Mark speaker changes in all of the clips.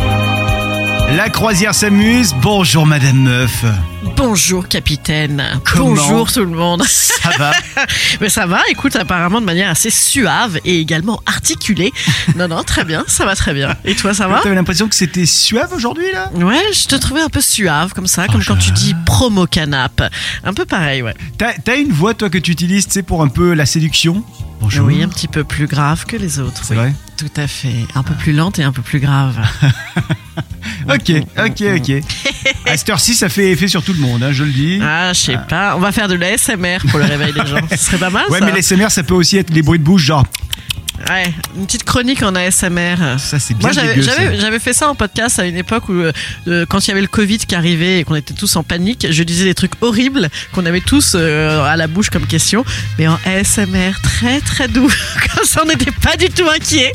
Speaker 1: La croisière s'amuse. Bonjour Madame Meuf.
Speaker 2: Bonjour capitaine.
Speaker 1: Comment
Speaker 2: Bonjour tout le monde.
Speaker 1: Ça va
Speaker 2: Mais ça va, écoute, apparemment de manière assez suave et également articulée. Non, non, très bien, ça va très bien. Et toi, ça va
Speaker 1: T'avais l'impression que c'était suave aujourd'hui là
Speaker 2: Ouais, je te trouvais un peu suave comme ça, comme
Speaker 1: Oh,
Speaker 2: quand
Speaker 1: je-
Speaker 2: tu dis promo canap. Un peu pareil, ouais.
Speaker 1: T'as t'as une voix toi que tu utilises, tu sais, pour un peu la séduction. Bonjour.
Speaker 2: Oui, un petit peu plus grave que les autres.
Speaker 1: C'est
Speaker 2: Oui,
Speaker 1: vrai
Speaker 2: tout à fait. Un peu plus lente et un peu plus grave.
Speaker 1: Ok, ok, ok. À cette heure-ci, ça fait effet sur tout le monde, hein, je le dis.
Speaker 2: Ah, je sais pas. On va faire de l'ASMR pour le réveil des gens. Ce serait pas mal,
Speaker 1: Ouais,
Speaker 2: ça.
Speaker 1: mais les SMR, ça peut aussi être les bruits de bouche, genre
Speaker 2: Ouais, une petite chronique en ASMR.
Speaker 1: ça c'est bien
Speaker 2: Moi, j'avais-
Speaker 1: dégueu, ça.
Speaker 2: j'avais j'avais fait ça en podcast à une époque où, euh, euh, quand il y avait le Covid qui arrivait et qu'on était tous en panique, je disais des trucs horribles qu'on avait tous euh, à la bouche comme question, mais en ASMR très très doux. comme ça, on n'était pas du tout inquiets.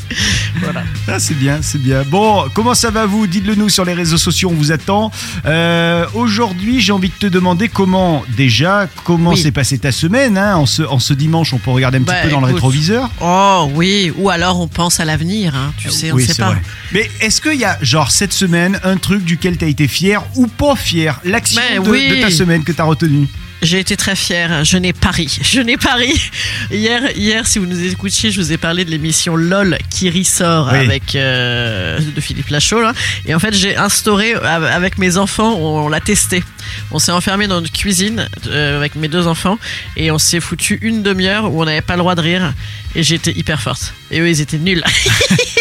Speaker 2: Voilà.
Speaker 1: Ah, c'est bien, c'est bien. Bon, comment ça va vous Dites-le nous sur les réseaux sociaux, on vous attend. Euh, Aujourd'hui, j'ai envie de te demander comment, déjà, comment
Speaker 2: Oui.
Speaker 1: s'est passée ta semaine hein en, ce, en ce dimanche, on peut regarder un petit
Speaker 2: Bah,
Speaker 1: peu dans le
Speaker 2: écoute.
Speaker 1: rétroviseur.
Speaker 2: Oh oui, ou alors on pense à l'avenir, hein. tu sais, on
Speaker 1: Oui,
Speaker 2: ne sait
Speaker 1: c'est
Speaker 2: pas.
Speaker 1: vrai. Mais est-ce qu'il y a, genre, cette semaine, un truc duquel t'as été fier ou pas fier L'action
Speaker 2: Mais
Speaker 1: de,
Speaker 2: Ben oui.
Speaker 1: de ta semaine que t'as retenue
Speaker 2: J'ai été très fière. Je n'ai pas ri. Je n'ai pas ri. Hier, hier, si vous nous écoutiez, je vous ai parlé de l'émission LOL qui ressort
Speaker 1: Oui.
Speaker 2: avec euh, de Philippe Lachaud. là. Et en fait, j'ai instauré av- avec mes enfants, on, on l'a testé. On s'est enfermé dans une cuisine euh, avec mes deux enfants et on s'est foutu une demi-heure où on n'avait pas le droit de rire. Et j'étais hyper forte. Et eux, ils étaient nuls.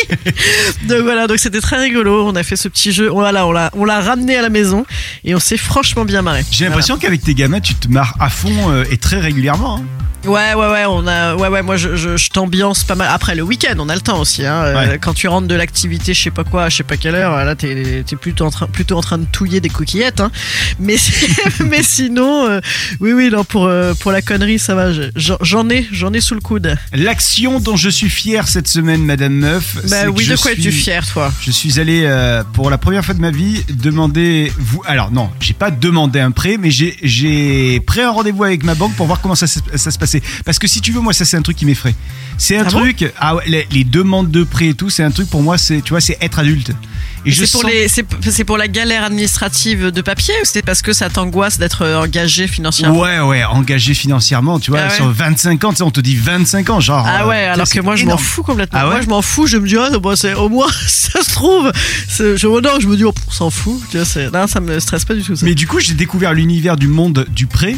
Speaker 2: donc voilà, donc c'était très rigolo. On a fait ce petit jeu. Voilà, on l'a, on l'a ramené à la maison et on s'est franchement bien marré.
Speaker 1: J'ai
Speaker 2: Voilà.
Speaker 1: l'impression qu'avec tes gamins, tu te marres à fond euh, et très régulièrement. hein.
Speaker 2: Ouais, ouais, ouais, on a, ouais, ouais, moi je, je, je t'ambiance pas mal. Après le week-end, on a le temps aussi. Hein. Euh,
Speaker 1: Ouais.
Speaker 2: Quand tu rentres de l'activité, je sais pas quoi, je sais pas quelle heure, là t'es t'es plutôt, en train- plutôt en train de touiller des coquillettes. Hein. Mais, si- mais sinon, euh, oui, oui, non, pour, euh, pour la connerie, ça va. je- J'en j'en ai, j'en ai sous le coude.
Speaker 1: L'action dont je suis fier cette semaine, Madame Meuf. c'est
Speaker 2: Bah
Speaker 1: que
Speaker 2: oui,
Speaker 1: je
Speaker 2: de quoi
Speaker 1: suis-
Speaker 2: es-tu fier, toi
Speaker 1: Je suis allé euh, pour la première fois de ma vie demander vous. Alors non, j'ai pas demandé un prêt, mais j'ai- j'ai pris un rendez-vous avec ma banque pour voir comment ça, se- ça se passait. Parce que si tu veux, moi ça c'est un truc qui m'effraie. C'est un
Speaker 2: Ah bon
Speaker 1: truc. ah ouais, les, les demandes de prêt et tout, c'est un truc pour moi. C'est tu vois, c'est être adulte. Et je
Speaker 2: C'est pour,
Speaker 1: sens-
Speaker 2: les- c'est p- c'est pour la galère administrative de papier ou c'est parce que ça t'angoisse d'être engagé financièrement
Speaker 1: Ouais, ouais, engagé financièrement, tu vois,
Speaker 2: hein. Ah ouais.
Speaker 1: sur 25 ans, tu sais, on te dit 25 ans, genre.
Speaker 2: Ah
Speaker 1: euh,
Speaker 2: ouais, alors
Speaker 1: c'est
Speaker 2: que moi je m'en
Speaker 1: énorme.
Speaker 2: fous complètement.
Speaker 1: Ah ouais
Speaker 2: moi je m'en fous, je me dis, ah, bah, c'est- au moins ça se trouve. c'est- Je, oh non, je me dis, oh, on s'en fout. Tu vois, c'est- non, ça me stresse pas du tout. Ça.
Speaker 1: Mais du coup, j'ai découvert l'univers du monde du prêt.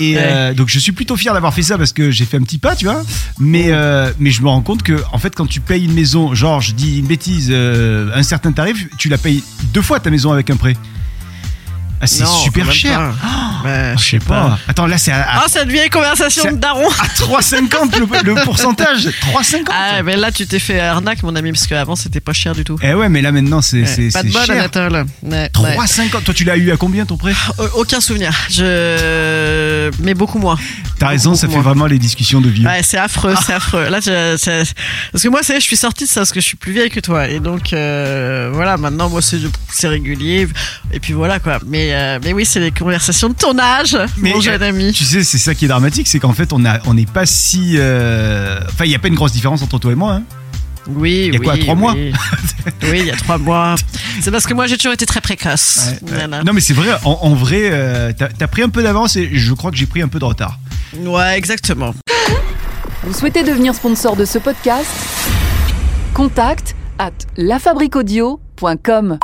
Speaker 1: Et
Speaker 2: Ouais.
Speaker 1: euh, donc je suis plutôt fier d'avoir fait ça parce que j'ai fait un petit pas, tu vois. Mais euh, mais je me rends compte que en fait quand tu payes une maison, genre je dis une bêtise, euh, un certain tarif, tu la payes deux fois ta maison avec un prêt. Ah, c'est
Speaker 2: Non, quand
Speaker 1: super
Speaker 2: même
Speaker 1: cher.
Speaker 2: pas.
Speaker 1: Ah,
Speaker 2: Ouais,
Speaker 1: je sais pas. Attends là c'est à, à,
Speaker 2: Ah, cette vieille conversation
Speaker 1: C'est-
Speaker 2: de daron.
Speaker 1: à 3,50 le, le pourcentage, 3,50.
Speaker 2: Ah, mais là tu t'es fait arnaque, mon ami, parce qu'avant c'était pas cher du tout.
Speaker 1: Eh ouais mais là maintenant c'est c'est
Speaker 2: Ouais, pas
Speaker 1: c'est
Speaker 2: de bol,
Speaker 1: cher.
Speaker 2: Anatole. Ouais, ouais.
Speaker 1: 3,50. Toi tu l'as eu à combien ton prêt
Speaker 2: Euh, Aucun souvenir. Je. Mais beaucoup moins.
Speaker 1: T'as raison, ça fait
Speaker 2: moins.
Speaker 1: vraiment les discussions de vieux.
Speaker 2: Ouais, c'est affreux,
Speaker 1: Ah.
Speaker 2: c'est affreux. Là, je- c'est- parce que moi, c'est, je suis sortie de ça parce que je suis plus vieille que toi, et donc euh, voilà. Maintenant, moi, c'est, c'est régulier, et puis voilà quoi. Mais, euh, mais oui, c'est les conversations de ton âge,
Speaker 1: Mais,
Speaker 2: mon jeune ami.
Speaker 1: Tu sais, c'est ça qui est dramatique, c'est qu'en fait, on a- on n'est pas si. euh, Enfin, il n'y a pas une grosse différence entre toi et moi. hein.
Speaker 2: Oui,
Speaker 1: y a
Speaker 2: oui,
Speaker 1: quoi, trois
Speaker 2: oui.
Speaker 1: mois
Speaker 2: Oui, il y a trois mois. C'est parce que moi, j'ai toujours été très précoce. Voilà.
Speaker 1: Non, mais c'est vrai, en, en vrai, euh, t'as t'as pris un peu d'avance et je crois que j'ai pris un peu de retard.
Speaker 2: Ouais, exactement.
Speaker 3: Vous souhaitez devenir sponsor de ce podcast Contact à lafabriquaudio.com.